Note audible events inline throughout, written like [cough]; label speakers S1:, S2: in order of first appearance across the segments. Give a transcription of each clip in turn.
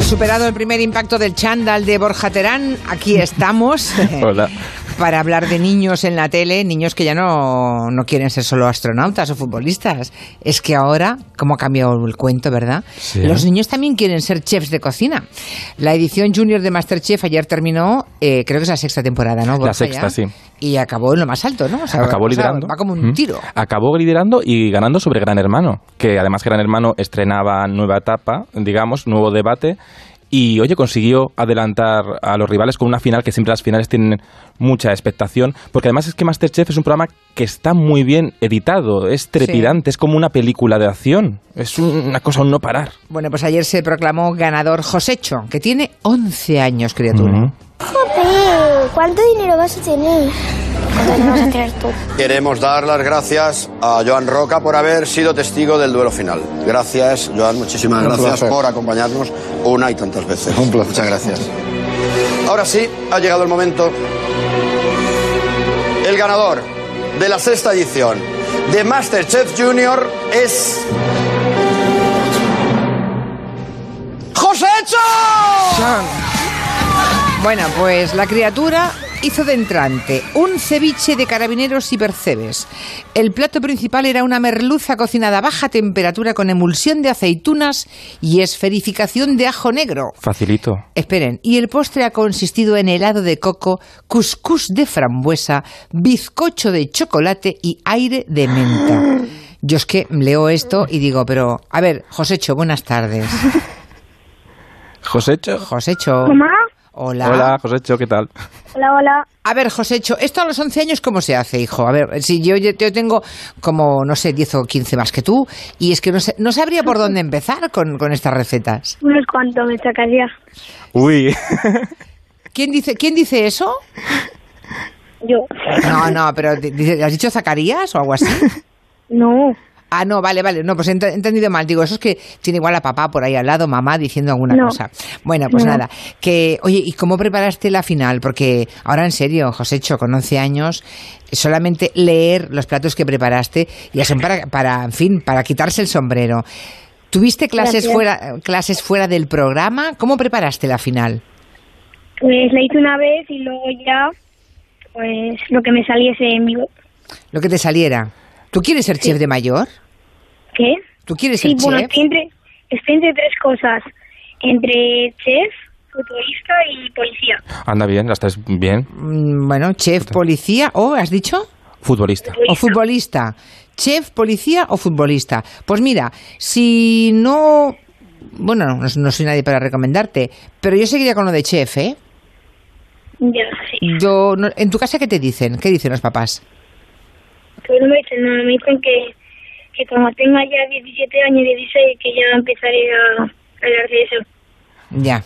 S1: superado el primer impacto del chándal de Borja Terán, aquí estamos.
S2: [laughs] Hola.
S1: Para hablar de niños en la tele, niños que ya no, no quieren ser solo astronautas o futbolistas. Es que ahora, como ha cambiado el cuento, ¿verdad?
S2: Sí, ¿eh?
S1: Los niños también quieren ser chefs de cocina. La edición junior de Masterchef ayer terminó, eh, creo que es la sexta temporada, ¿no?
S2: La sexta, sí.
S1: Y acabó en lo más alto, ¿no? O sea,
S2: Acabó
S1: o sea,
S2: liderando.
S1: Va como un
S2: Mm.
S1: tiro.
S2: Acabó liderando y ganando sobre Gran Hermano, que además Gran Hermano estrenaba nueva etapa, digamos, nuevo debate. Y oye, consiguió adelantar a los rivales con una final que siempre las finales tienen mucha expectación. Porque además es que Masterchef es un programa que está muy bien editado, es trepidante, es como una película de acción. Es un- una cosa un no parar.
S1: Bueno, pues ayer se proclamó ganador Josecho, que tiene 11 años, criatura.
S2: Ujú.
S3: Jope, ¿cuánto dinero vas a tener? ¿Cuánto dinero vas a tener [laughs] tú?
S4: Queremos dar las gracias a Joan Roca por haber sido testigo del duelo final. Gracias, Joan, muchísimas
S5: Un
S4: gracias
S5: placer.
S4: por acompañarnos una y tantas veces.
S5: Un placer.
S4: Muchas gracias. Ahora sí, ha llegado el momento. El ganador de la sexta edición de Masterchef Junior es... ¡José Cho!
S1: Bueno, pues la criatura hizo de entrante un ceviche de carabineros y percebes. El plato principal era una merluza cocinada a baja temperatura con emulsión de aceitunas y esferificación de ajo negro.
S2: Facilito.
S1: Esperen, y el postre ha consistido en helado de coco, cuscús de frambuesa, bizcocho de chocolate y aire de menta. Yo es que leo echo y digo, pero, a ver, Josecho, buenas tardes.
S2: Josecho.
S1: Josecho.
S3: ¿Mamá?
S1: Hola.
S2: Hola, Josecho, ¿qué tal?
S3: Ah, Hola, hola.
S1: A ver, Josecho, esto a los 11 años, ¿cómo se hace, hijo? A ver, si yo, yo yo tengo como, no sé, 10 o 15 más que tú, y es que no, sé- no sabría por dónde empezar con, con estas recetas.
S3: Unos cuantos me sacaría.
S2: Uy. [laughs]
S1: ¿Quién dice, ¿quién dice eso?
S3: Yo.
S1: No, no, pero di- dice- ¿has dicho Zacarías o algo así?
S3: No.
S1: Ah, no, vale, vale. No, pues he ent- he entendido mal. Digo, eso es que tiene igual a papá por ahí al lado, mamá diciendo alguna
S3: No.
S1: cosa. Bueno, pues
S3: No.
S1: nada. Que, oye, ¿y cómo preparaste la final? Porque ahora en serio, Josécho, con 11 años, solamente leer los platos que preparaste ya son para, para en fin, para quitarse el sombrero. ¿Tuviste clases
S3: Gracias.
S1: fuera, clases fuera del programa? ¿Cómo preparaste la final?
S3: Pues la hice una vez y luego ya, pues lo que me saliese en mi...
S1: Lo que te saliera. ¿Tú quieres ser chef de mayor?
S3: ¿Qué?
S1: ¿Tú quieres
S3: Sí,
S1: ser
S3: bueno,
S1: chef?
S3: estoy entre, estoy entre tres cosas. Entre chef, futbolista y policía.
S2: Anda bien, la estás bien.
S1: Mm, Bueno, chef, policía o, ¿has dicho?
S2: Futbolista.
S1: o futbolista. Chef, policía o futbolista. Pues mira, si no... Bueno, no, no soy nadie para recomendarte, pero yo seguiría con lo de chef, ¿eh?
S3: Ya, sí.
S1: Yo, no- ¿En tu casa qué te dicen? ¿Qué dicen los papás?
S3: Pero Pues no me dicen nada, me dicen que, que como tenga ya 17 años, 16, que ya empezaré a a hablar de eso.
S1: Ya,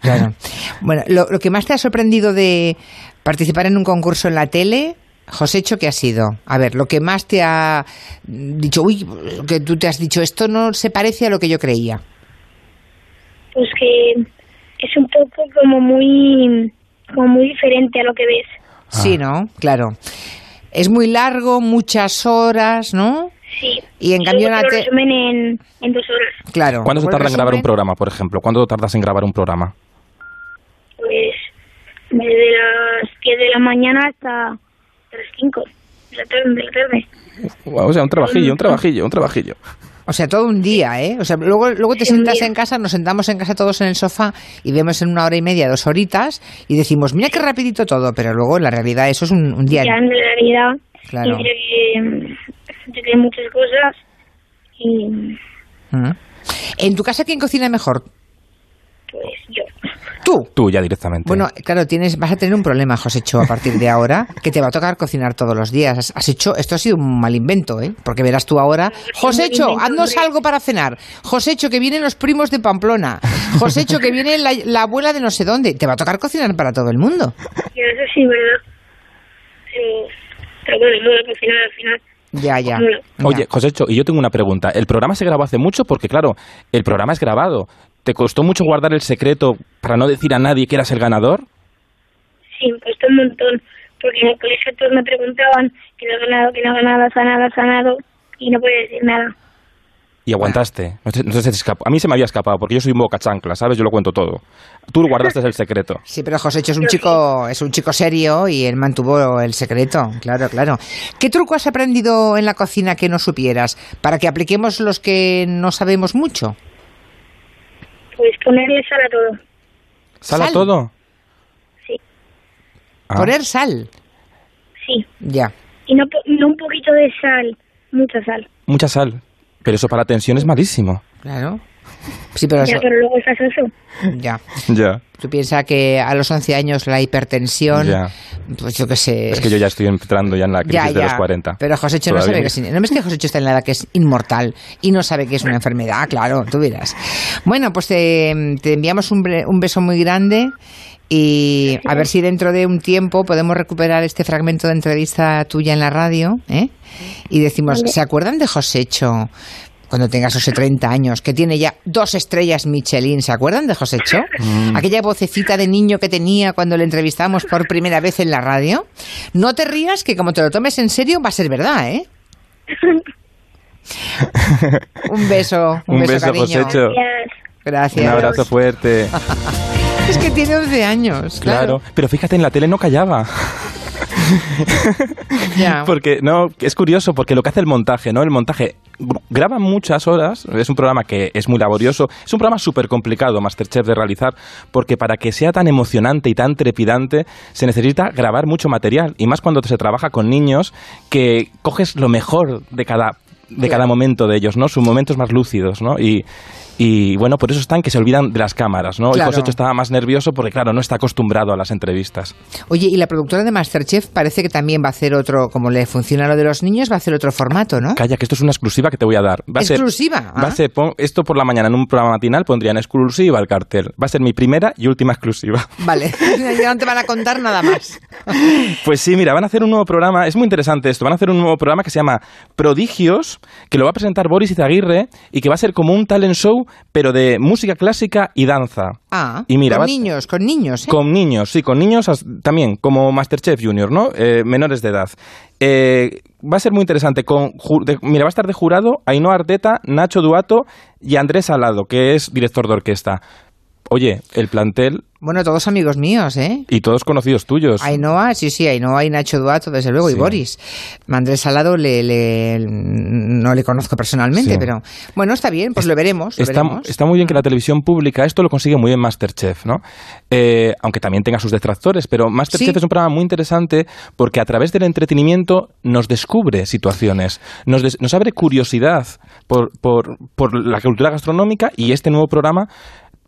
S1: claro. Bueno, lo, lo que más te ha sorprendido de participar en un concurso en la tele, Josécho, ¿qué ha sido? A ver, lo que más te ha dicho, uy, que tú te has dicho, esto no se parece a lo que yo creía.
S3: pues que es un poco como muy como muy diferente a lo que ves.
S2: Ah.
S1: Sí, ¿no? Claro. Es muy largo, muchas horas, ¿no?
S3: Sí.
S1: Y en cambio la
S3: Luego te lo
S1: te-
S3: resumen en, en dos horas.
S1: Claro.
S2: ¿Cuándo se
S1: Bueno,
S2: tarda en grabar un
S1: resumen,
S2: programa, por ejemplo? ¿Cuándo tardas en grabar un programa?
S3: Pues desde las 10 de la mañana hasta las 5 de la tarde. De la tarde.
S2: O sea, un trabajillo, un trabajillo, un trabajillo.
S1: O sea, todo un día, ¿eh? O sea, luego, luego te
S3: Sí, un
S1: sientas
S3: día.
S1: en casa, nos sentamos en casa todos en el sofá y vemos en una hora y media, dos horitas y decimos, mira qué rapidito todo, pero luego en la realidad eso es un, un día.
S3: Ya en realidad
S1: Claro.
S3: entre, que- entre que hay muchas cosas y
S1: ¿Mm? ¿En tu casa quién cocina mejor?
S3: pues yo.
S1: Tú.
S2: Tú ya directamente.
S1: Bueno, claro, tienes, vas a tener un problema, Josécho, a partir de ahora, que te va a tocar cocinar todos los días. Has, has hecho, esto ha sido un mal invento, ¿eh? Porque verás tú ahora, Josécho,
S3: invento,
S1: haznos
S3: hombre".
S1: algo para cenar. Josécho, que vienen los primos de Pamplona. Josécho, que viene la, la abuela de no sé dónde. Te va a tocar cocinar para todo el mundo.
S3: Y eso sí, ¿verdad? Pero, pero bueno, no lo cocinar al final.
S1: Ya, ya. ya.
S2: Oye, Josécho, y yo tengo una pregunta. El programa se grabó hace mucho porque, claro, el programa es grabado. ¿Te costó mucho guardar el secreto para no decir a nadie que eras el ganador?
S3: Sí, me costó un montón, porque en el colegio todos me preguntaban que no he ganado, que no he ganado, has ganado, has ganado, y no podía decir nada.
S2: Y aguantaste. No te- no te se te escapó. A mí se me había escapado, porque yo soy un boca chancla, ¿sabes? Yo lo cuento todo. Tú guardaste el secreto.
S1: Sí, pero José es un chico, es un chico serio y él mantuvo el secreto, claro, claro. ¿Qué truco has aprendido en la cocina que no supieras para que apliquemos los que no sabemos mucho?
S6: Pues ponerle sal a todo.
S2: ¿Sala
S1: Sal.
S2: todo?
S6: Sí,
S2: Ah.
S1: Poner sal.
S6: sí.
S1: Ya.
S6: Y no, po- no un poquito de sal, mucha sal.
S2: Mucha sal. Pero eso para tensión es malísimo.
S1: Claro. Sí, pero eso,
S6: Ya, pero luego es grasoso.
S1: ya.
S2: Ya.
S1: Tú piensas que a los 11 años la hipertensión,
S2: Ya.
S1: pues yo qué sé.
S2: Es que yo ya estoy entrando ya en la crisis
S1: Ya,
S2: de
S1: ya.
S2: los 40.
S1: Pero José no
S2: Todavía
S1: sabe
S2: ni-
S1: que es, in- no ves que José está en la edad que es inmortal y no sabe que es una enfermedad, claro, tú verás. Bueno, pues te, te enviamos un, bre- un beso muy grande y a ver si dentro de un tiempo podemos recuperar este fragmento de entrevista tuya en la radio ¿eh? y decimos, ¿se acuerdan de Josécho? Cuando tenga esos 30 años, que tiene ya dos estrellas Michelin, ¿se acuerdan de Josécho? Aquella vocecita de niño que tenía cuando le entrevistamos por primera vez en la radio. No te rías, que como te lo tomes en serio, va a ser verdad, ¿eh? Un beso, un,
S2: Un
S1: beso,
S2: beso,
S1: cariño.
S2: Josécho.
S6: Gracias.
S1: Gracias.
S2: Un
S1: [laughs]
S2: abrazo fuerte.
S1: Es que tiene 11 años.
S2: Claro.
S1: Claro.
S2: Pero fíjate, en la tele no callaba.
S1: Ya.
S2: Porque, no, es curioso, porque lo que hace el montaje, ¿no? El montaje gr- graba muchas horas, es un programa que es muy laborioso, es un programa súper complicado, Masterchef, de realizar, porque para que sea tan emocionante y tan trepidante, se necesita grabar mucho material, y más cuando se trabaja con niños, que coges lo mejor de cada de cada momento de ellos, ¿no? Sus momentos más lúcidos, ¿no? Y, y bueno, por eso están que se olvidan de las cámaras, ¿no?
S1: Claro.
S2: Y Josécho estaba más nervioso porque, claro, no está acostumbrado a las entrevistas.
S1: Oye, y la productora de Masterchef parece que también va a hacer otro, como le funciona lo de los niños, va a hacer otro formato, ¿no?
S2: Calla, que esto es una exclusiva que te voy a dar. Va a ser-
S1: Exclusiva.
S2: va
S1: ¿ah?
S2: a ser, pon- esto por la mañana en un programa matinal pondría en exclusiva el cartel. Va a ser mi primera y
S1: [laughs]
S2: última exclusiva.
S1: Vale. ya no te van a contar nada más.
S2: Pues sí, mira, van a hacer un nuevo programa, es muy interesante esto, van a hacer un nuevo programa que se llama Prodigios, que lo va a presentar Boris Izaguirre y que va a ser como un talent show, pero de música clásica y danza.
S1: Ah.
S2: Y mira,
S1: con
S2: va-
S1: niños, con niños. ¿eh?
S2: Con niños, sí, con niños as- también, como Masterchef Junior, ¿no? Eh, menores de edad. Eh, va a ser muy interesante. Con, ju- de- mira, va a estar de jurado Ainhoa Arteta, Nacho Duato y Andrés Alado, que es director de orquesta. Oye, el plantel
S1: Bueno, todos amigos míos, ¿eh?
S2: y todos conocidos tuyos.
S1: Ainhoa, sí, sí, Ainhoa y Nacho Duato, desde luego, y
S2: Sí.
S1: Boris. Andrés Salado le, le- no le conozco personalmente,
S2: Sí.
S1: pero bueno, está bien, pues lo veremos. lo
S2: Está,
S1: veremos.
S2: está muy bien que la televisión pública, esto lo consigue muy bien Masterchef, ¿no? Eh, aunque también tenga sus detractores, pero Masterchef
S1: Sí.
S2: es un programa muy interesante porque a través del entretenimiento nos descubre situaciones, nos, des- nos abre curiosidad por, por- por la cultura gastronómica y este nuevo programa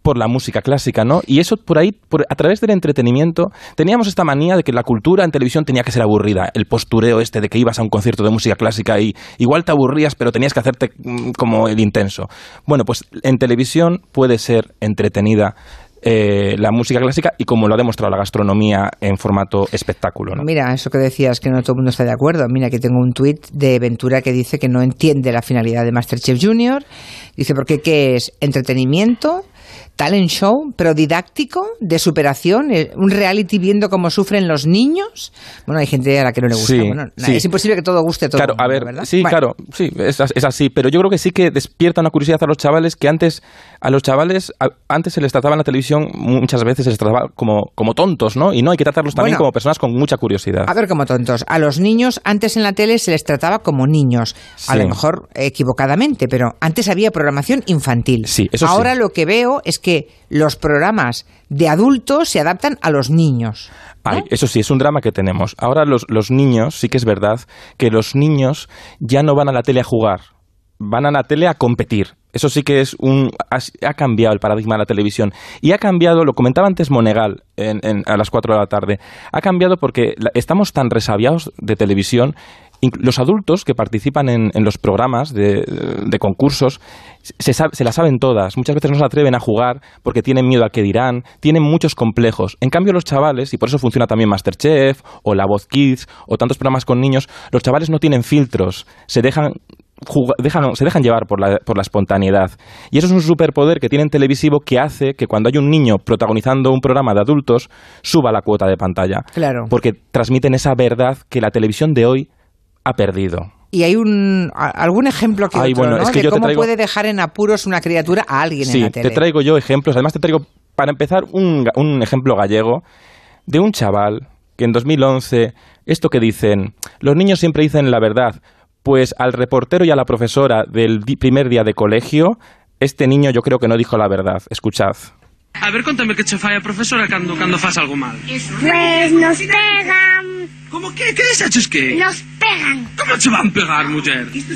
S2: por la música clásica, ¿no? Y eso por ahí, por- a través del entretenimiento, teníamos esta manía de que la cultura en televisión tenía que ser aburrida, el postureo este de que ibas a un concierto de música clásica y igual te aburrías, pero tenías que hacerte mm, como el intenso. Bueno, pues en televisión puede ser entretenida eh, la música clásica y como lo ha demostrado la gastronomía en formato espectáculo, ¿no?
S1: Mira, eso que decías que no todo el mundo está de acuerdo. Mira, que tengo un tuit de Ventura que dice que no entiende la finalidad de Masterchef Junior. Dice, porque ¿qué es? Entretenimiento, talent show, pero didáctico, de superación, eh, un reality viendo cómo sufren los niños. Bueno, hay gente a la que no le gusta.
S2: Sí,
S1: Bueno, na-
S2: sí.
S1: Es imposible que todo guste a todo.
S2: Claro,
S1: el
S2: a
S1: mundo,
S2: ver,
S1: ¿verdad?
S2: sí,
S1: Bueno,
S2: claro, sí, es, as- es así, pero yo creo que sí que despierta una curiosidad a los chavales que antes, a los chavales, a- antes se les trataba en la televisión, muchas veces se les trataba como, como tontos, ¿no? Y no, hay que tratarlos también
S1: Bueno.
S2: como personas con mucha curiosidad.
S1: A ver, como tontos. A los niños, antes en la tele se les trataba como niños. A
S2: Sí.
S1: lo mejor eh, equivocadamente, pero antes había programación infantil.
S2: Sí, eso sí.
S1: Ahora lo que veo es que los programas de adultos se adaptan a los niños.
S2: Ay, eso sí, es un drama que tenemos. Ahora los, los niños, sí que es verdad, que los niños ya no van a la tele a jugar, van a la tele a competir. Eso sí que es un... Ha, ha cambiado el paradigma de la televisión. Y ha cambiado, lo comentaba antes Monegal en- en- a las 4 de la tarde, ha cambiado porque la- estamos tan resabiados de televisión, inc- los adultos que participan en, en los programas de, de concursos se, sa- se la saben todas. Muchas veces no se atreven a jugar porque tienen miedo a qué dirán, tienen muchos complejos. En cambio, los chavales, y por eso funciona también Masterchef o La Voz Kids o tantos programas con niños, los chavales no tienen filtros, se dejan. jug- dejan- se dejan llevar por la, por la espontaneidad. Y eso es un superpoder que tienen televisivo que hace que cuando hay un niño protagonizando un programa de adultos, suba la cuota de pantalla.
S1: Claro.
S2: Porque transmiten esa verdad que la televisión de hoy ha perdido.
S1: y hay un a- algún ejemplo que
S2: Ay,
S1: otro,
S2: bueno,
S1: ¿no?
S2: es que
S1: de
S2: yo te
S1: cómo
S2: traigo-
S1: puede dejar en apuros una criatura a alguien en
S2: Sí,
S1: la tele.
S2: te traigo yo ejemplos. Además, te traigo, para empezar, un, ga- un ejemplo gallego de un chaval que en 2011, esto que dicen, los niños siempre dicen la verdad. Pues al reportero y a la profesora del di- primer día de colegio, este niño yo creo que no dijo la verdad. Escuchad.
S7: A ver, contame que che fai a profesora cando, cando faz algo mal.
S3: Pues nos pegan,
S7: Como que? Que desaches que?
S3: nos pegan.
S7: Como che van pegar, muller? Isto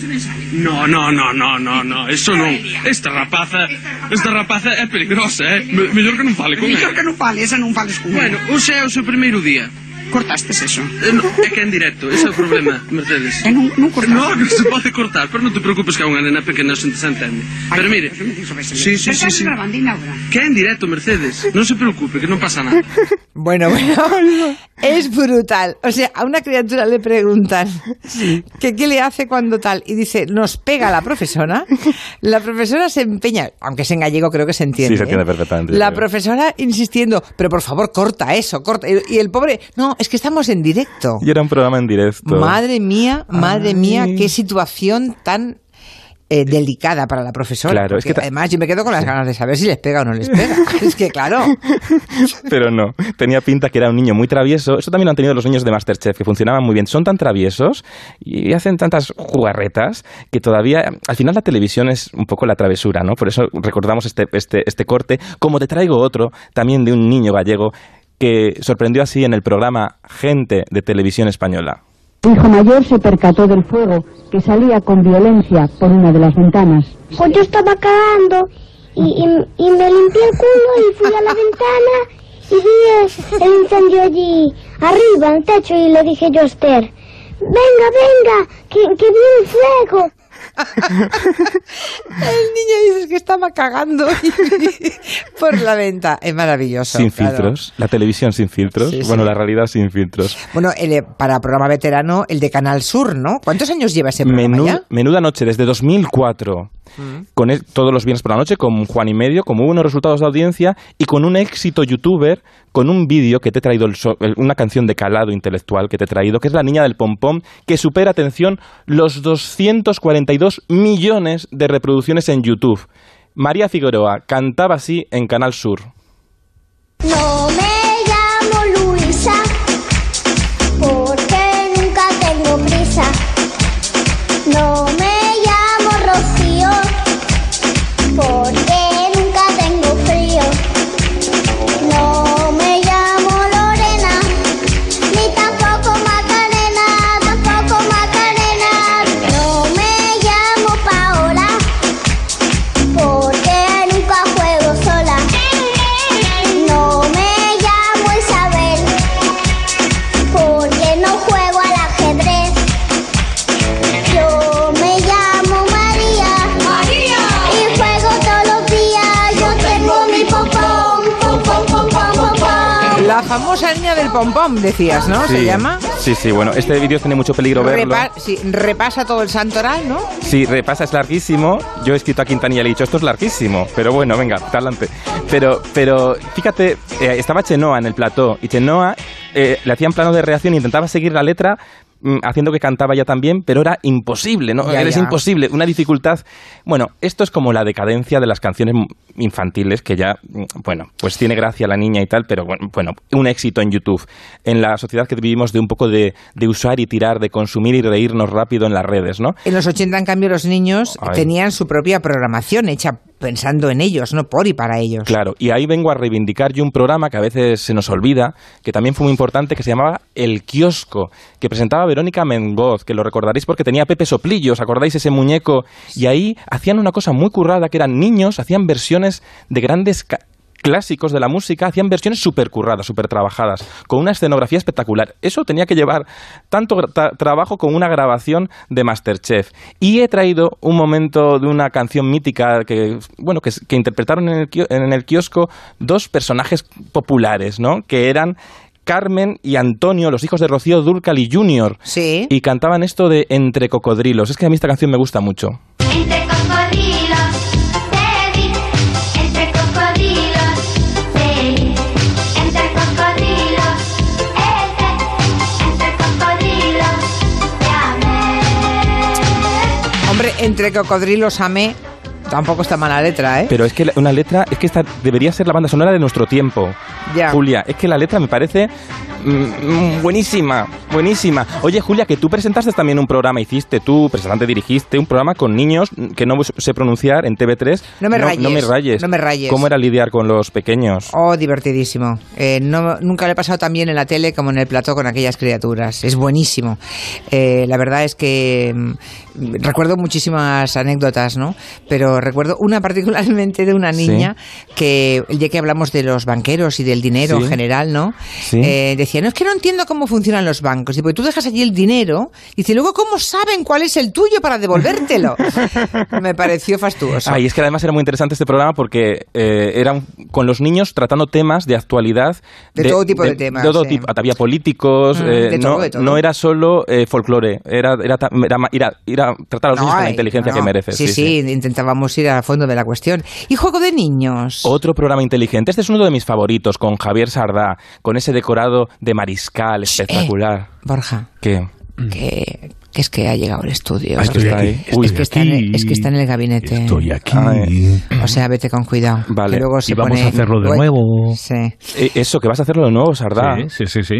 S7: No, no, no, no, no, no, eso non. Esta rapaza, esta rapaza é peligrosa, eh? Me, mellor que non fale con
S8: Mellor
S7: ela.
S8: que non fales, e non fales con
S7: Bueno,
S8: bueno.
S7: hoxe é o seu primeiro día.
S8: Cortastes eso.
S7: Eh, no, É que é en directo, ese é o problema, Mercedes.
S8: E non, non cortaste.
S7: No, que se pode cortar, pero non te preocupes que é unha nena pequena xente se entende. Pero mire, sí, sí, sí, sí. Que é en directo, Mercedes, non se preocupe, que non pasa nada.
S2: [laughs]
S1: Bueno, bueno, es brutal. O sea, a una criatura le preguntan que qué le hace cuando tal y dice, nos pega la
S2: [laughs]
S1: profesora. La profesora se empeña, aunque es en gallego creo que se entiende.
S2: Sí, se entiende
S1: ¿eh?
S2: perfectamente, yo
S1: La
S2: creo.
S1: profesora insistiendo, pero por favor, corta eso, corta. Y y el pobre, no, es que estamos en directo.
S2: Y era un programa en directo.
S1: Madre mía, madre
S2: Ay.
S1: mía, qué situación tan eh, delicada para la profesora.
S2: Claro, es
S1: porque
S2: que ta-
S1: además yo me quedo con las ganas de saber si les pega o no les
S2: [laughs]
S1: pega. es que claro,
S2: Pero no, tenía pinta que era un niño muy travieso. Eso también lo han tenido los niños de Masterchef, que funcionaban muy bien. Son tan traviesos y hacen tantas jugarretas que todavía, al final la televisión es un poco la travesura, ¿no? Por eso recordamos este, este, este corte, como te traigo otro, también de un niño gallego, que sorprendió así en el programa Gente de Televisión Española.
S5: Tu hijo mayor se percató del fuego que salía con violencia por una de las ventanas.
S3: Pues yo estaba cagando y, y- y me limpié el culo y
S6: [laughs]
S3: fui a la ventana y vi el- el incendio allí arriba, en el techo, y le dije yo a Esther, venga, venga, que, que vi un fuego.
S1: el niño dice que estaba cagando [laughs] por la venta. Es maravilloso.
S2: Sin
S1: claro.
S2: filtros, la televisión sin filtros,
S1: Sí, sí.
S2: bueno, la realidad sin filtros.
S1: Bueno, el, eh, para programa veterano, el de Canal Sur, ¿no? ¿Cuántos años lleva ese programa
S2: Menú-
S1: ya?
S2: Menuda noche, desde 2004.
S1: Mm.
S2: Con el- todos los viernes por la noche, con Juan y Medio, con muy buenos resultados de audiencia y con un éxito youtuber, con un vídeo que te he traído, el so- el- una canción de calado intelectual que te he traído, que es La Niña del Pompón, que supera, atención, los 242 millones de reproducciones en YouTube. María Figueroa cantaba así en Canal Sur.
S3: No me llamo Luisa porque nunca tengo prisa. No me llamo Rocío porque nunca tengo frío. No me llamo Lorena ni tampoco Macarena, tampoco Macarena. No me llamo Paola porque nunca juego sola. No me llamo Isabel, porque no juego al ajedrez. Yo me llamo María, María, y juego todos los días. Yo tengo mi popón, popón, popón, popón.
S1: La famosa niña del pompón, decías, ¿no? Se
S2: Sí.
S1: llama.
S2: Sí, sí, bueno, este vídeo tiene mucho peligro verlo.
S1: Repa- sí, repasa todo el santoral, ¿no?
S2: Sí, repasa, es larguísimo. Yo he escrito a Quintanilla y le he dicho, esto es larguísimo. Pero bueno, venga, adelante. Pero, pero fíjate, eh, estaba Chenoa en el plató y Chenoa eh, le hacían plano de reacción e intentaba seguir la letra mm, haciendo que cantaba ya también, pero era imposible, ¿no?
S1: Ya,
S2: Era- es
S1: ya.
S2: imposible, una dificultad. Bueno, esto es como la decadencia de las canciones infantiles, que ya, mm, bueno, pues tiene gracia la niña y tal, pero bueno, bueno, un éxito en YouTube. En la sociedad que vivimos de un poco de, de usar y tirar, de consumir y reírnos rápido en las redes, ¿no?
S1: En los 80, en cambio, los niños
S2: Ay.
S1: tenían su propia programación hecha pensando en ellos, no por y para ellos.
S2: Claro, y ahí vengo a reivindicar yo un programa que a veces se nos olvida, que también fue muy importante, que se llamaba El Kiosco, que presentaba Verónica Mengoz, que lo recordaréis porque tenía a Pepe Soplillo, ¿os acordáis ese muñeco? Y ahí hacían una cosa muy currada, que eran niños, hacían versiones de grandes ca- clásicos de la música, hacían versiones súper curradas, súper trabajadas, con una escenografía espectacular. Eso tenía que llevar tanto gra- ta- trabajo con una grabación de Masterchef. Y he traído un momento de una canción mítica que, bueno, que, s- que interpretaron en el, kio- en el kiosco dos personajes populares, ¿no? Que eran Carmen y Antonio, los hijos de Rocío Dúrcal Jr.
S1: Sí.
S2: Y cantaban esto de Entre cocodrilos. Es que a mí esta canción me gusta mucho.
S3: Entre cocodrilos, feliz. Entre cocodrilos, feliz. Entre cocodrilos, este. Entre cocodrilos, te amé.
S1: entre cocodrilos amé. Tampoco está mala letra, ¿eh?
S2: Pero es que la- una letra, es que esta debería ser la banda sonora de nuestro tiempo.
S1: Ya.
S2: Julia, es que la letra me parece mm, mm, buenísima, buenísima. Oye, Julia, que tú presentaste también un programa, hiciste tú, presentante, dirigiste un programa con niños mm, que no sé pronunciar en TV3.
S1: No me rayes,
S2: No me rayes.
S1: no me rayes.
S2: ¿Cómo era lidiar con los pequeños?
S1: Oh, divertidísimo. Eh, no, nunca lo he pasado tan bien en la tele como en el plató con aquellas criaturas. Es buenísimo. Eh, la verdad es que mm, recuerdo muchísimas anécdotas, ¿no? Pero recuerdo una [laughs] particularmente de una
S2: Sí.
S1: niña que el día que hablamos de los banqueros y del dinero
S2: Sí.
S1: en general, ¿no?
S2: Sí.
S1: Eh, decía, no es que no entiendo cómo funcionan los bancos. Y porque tú dejas allí el dinero y dice, luego, ¿cómo saben cuál es el tuyo para
S2: [laughs]
S1: devolvértelo? Me pareció fastuoso.
S2: Ah, y es que además era muy interesante este programa porque eh, eran con los niños tratando temas de actualidad.
S1: De todo tipo de temas,
S2: todo
S1: sí.
S2: tipo. Había políticos,
S1: Mm,
S2: eh,
S1: de
S2: no,
S1: todo, de todo.
S2: no era solo eh, folclore, era, era, ta- era ma- ir a- ir a tratar a los niños con
S1: ay,
S2: la inteligencia
S1: no,
S2: que merecen.
S1: Sí sí, intentábamos ir a fondo de la cuestión. Y juego de niños.
S2: Otro programa inteligente. Este es uno de mis favoritos, con Javier Sardá, con ese decorado de mariscal espectacular.
S1: Borja,
S2: ¿Qué?
S9: Mm.
S1: que, que es que ha llegado el estudio.
S2: Ah, es que está ahí. Uy.
S1: es, que está en el, es que está en el gabinete.
S9: Estoy aquí.
S2: Ah, Ay.
S1: O sea, vete con cuidado.
S2: Vale.
S1: que luego se
S9: Y vamos
S1: pone-
S9: a hacerlo de
S1: Bueno,
S9: nuevo.
S1: sí.
S2: Eh, Eso, que vas a hacerlo de nuevo, Sardá.
S9: Sí, sí, sí, sí.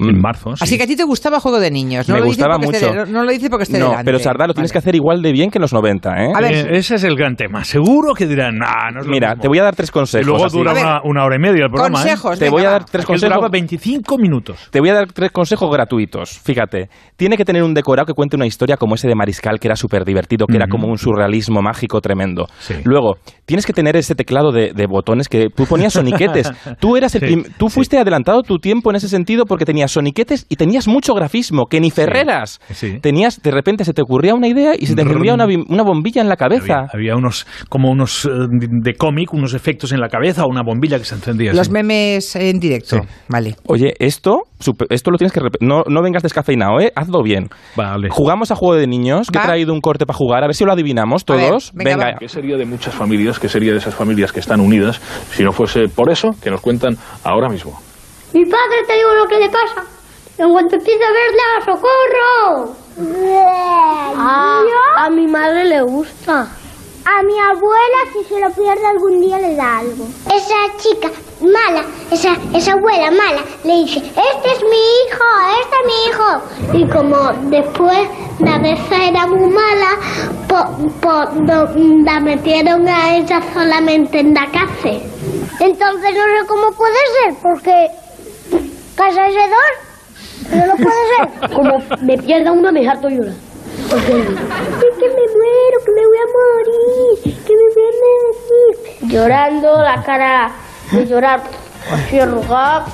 S9: En marzo. sí.
S1: Mm. Así que a ti te gustaba Juego de Niños. No
S2: Me
S1: lo dices
S2: gustaba
S1: porque esté
S2: mucho.
S1: de- no lo dices porque esté
S2: No,
S1: delante.
S2: pero Sardá lo tienes que
S1: Vale.
S2: hacer igual de bien que en los 90, ¿eh?
S1: A ver,
S9: Eh, ese es el gran tema. Seguro que dirán, nah, no es lo
S2: Mira,
S9: mismo".
S2: te voy a dar tres consejos.
S9: Y luego
S2: así.
S9: dura
S1: A ver,
S9: una, una hora y media el programa. ¿eh?
S1: consejos.
S2: Te voy
S1: venga,
S2: a dar
S1: va.
S2: tres
S9: Aquel duraba
S2: consejos.
S9: 25 minutos.
S2: Te voy a dar tres consejos gratuitos. Fíjate, tiene que tener un decorado que cuente una historia como ese de Mariscal, que era súper divertido, que era
S9: Ujú.
S2: como un surrealismo mágico tremendo.
S9: Sí.
S2: Luego, tienes que tener ese teclado de, de botones que tú ponías
S9: [laughs]
S2: soniquetes. tú eras el
S9: Sí,
S2: prim- tú
S9: sí.
S2: fuiste adelantado tu tiempo en ese sentido porque tenías soniquetes y tenías mucho grafismo, que ni Ferreras.
S9: sí.
S2: Tenías, de repente se te ocurría una idea y se te encendía una, bi- una bombilla en la cabeza.
S9: Había, había unos, como unos eh, de de cómic, unos efectos en la cabeza o una bombilla que se encendía.
S1: Los
S9: sí.
S1: memes en directo.
S9: Sí.
S1: Vale.
S2: Oye, esto, supe- esto lo tienes que repetir. No, no vengas descafeinado, ¿eh? Hazlo bien.
S9: Vale.
S2: Jugamos a juego de niños, que
S1: Va.
S2: he traído un corte para jugar, a ver si lo adivinamos
S1: A ver,
S2: todos.
S1: venga, va.
S10: ¿Qué sería de muchas familias, qué sería de esas familias que están unidas, si no fuese por eso que nos cuentan ahora mismo?
S3: Mi padre te digo lo que le pasa. En cuanto empieza a verla, socorro. a mi madre le gusta. A mi abuela, si se lo pierde algún día, le da algo. Esa chica mala, esa, esa abuela mala, le dice, este es mi hijo, este es mi hijo. Y como después la vez era muy mala, po- po- no- la metieron a ella solamente en la cárcel. Entonces no sé cómo puede ser, porque ¿Casa de dos? No lo puede ser. Como me pierda uno, me harto llorar. que me muero, que me voy a morir, que me voy a morir. Llorando, la cara de llorar, así arrugada.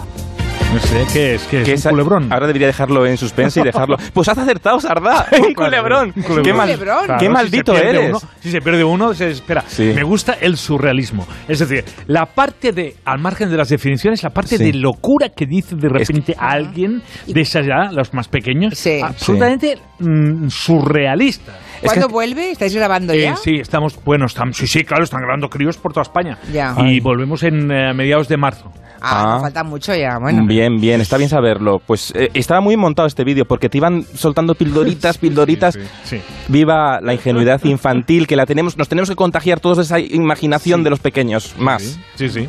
S9: No sé qué es, qué es.
S2: Que
S9: ¿Un
S2: esa-
S9: culebrón.
S2: Ahora debería dejarlo en
S1: [laughs]
S2: suspense y dejarlo. Pues has acertado,
S9: [laughs]
S2: Sardá. Un culebrón.
S9: Un culebrón.
S2: Qué, mal-
S1: Culebrón.
S2: qué
S9: Claro, si
S2: maldito
S9: se pierde
S2: eres.
S9: uno- si se pierde uno, se espera.
S2: Sí.
S9: Me gusta el surrealismo. Es decir, la parte de, al margen de las definiciones, la parte
S2: Sí.
S9: de locura que dice de
S2: Es que-
S9: repente a alguien de esa edad, los más pequeños,
S1: Sí.
S9: absolutamente mm, surrealista.
S2: Es que-
S1: ¿Cuándo vuelve? ¿Estáis grabando
S9: Eh,
S1: ya?
S9: sí, estamos, bueno, estamos, sí, sí, claro, están grabando críos por toda España.
S1: Ya.
S9: Y
S2: Ay.
S9: volvemos en eh, mediados de marzo.
S1: Ah,
S2: Ah. Mm.
S1: falta mucho ya. Bueno.
S2: Bien, bien, está bien saberlo. Pues eh, estaba muy montado este vídeo porque te iban soltando
S9: [laughs]
S2: pildoritas, pildoritas.
S9: Sí.
S2: Viva la ingenuidad infantil que la tenemos, nos tenemos que contagiar todos de esa imaginación de los pequeños. Más.
S9: Sí, sí.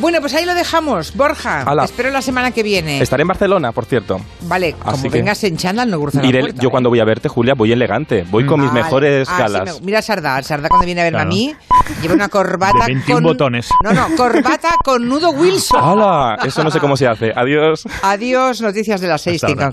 S1: Bueno, pues ahí lo dejamos. Borja,
S2: Ala.
S1: te espero la semana que viene.
S2: Estaré en Barcelona, por cierto.
S1: Vale, como
S2: Así que-
S1: vengas en chándal no cruza la
S2: Iré-
S1: puerta,
S2: yo
S1: ¿eh?
S2: cuando voy a verte, Julia, voy elegante. Voy con mis
S1: Vale.
S2: mejores
S1: Ah, sí,
S2: galas.
S1: me- mira Sardá, Sardá cuando viene a verme
S9: Claro.
S1: a mí lleva
S2: [laughs]
S1: una corbata
S9: De 21
S1: con
S9: botones.
S1: No, no, corbata con nudo Wilson.
S2: [laughs] ¡Hala! Eso no sé cómo se hace. Adiós.
S1: Adiós, noticias de las seis
S9: Hasta
S1: cinco
S9: ahora.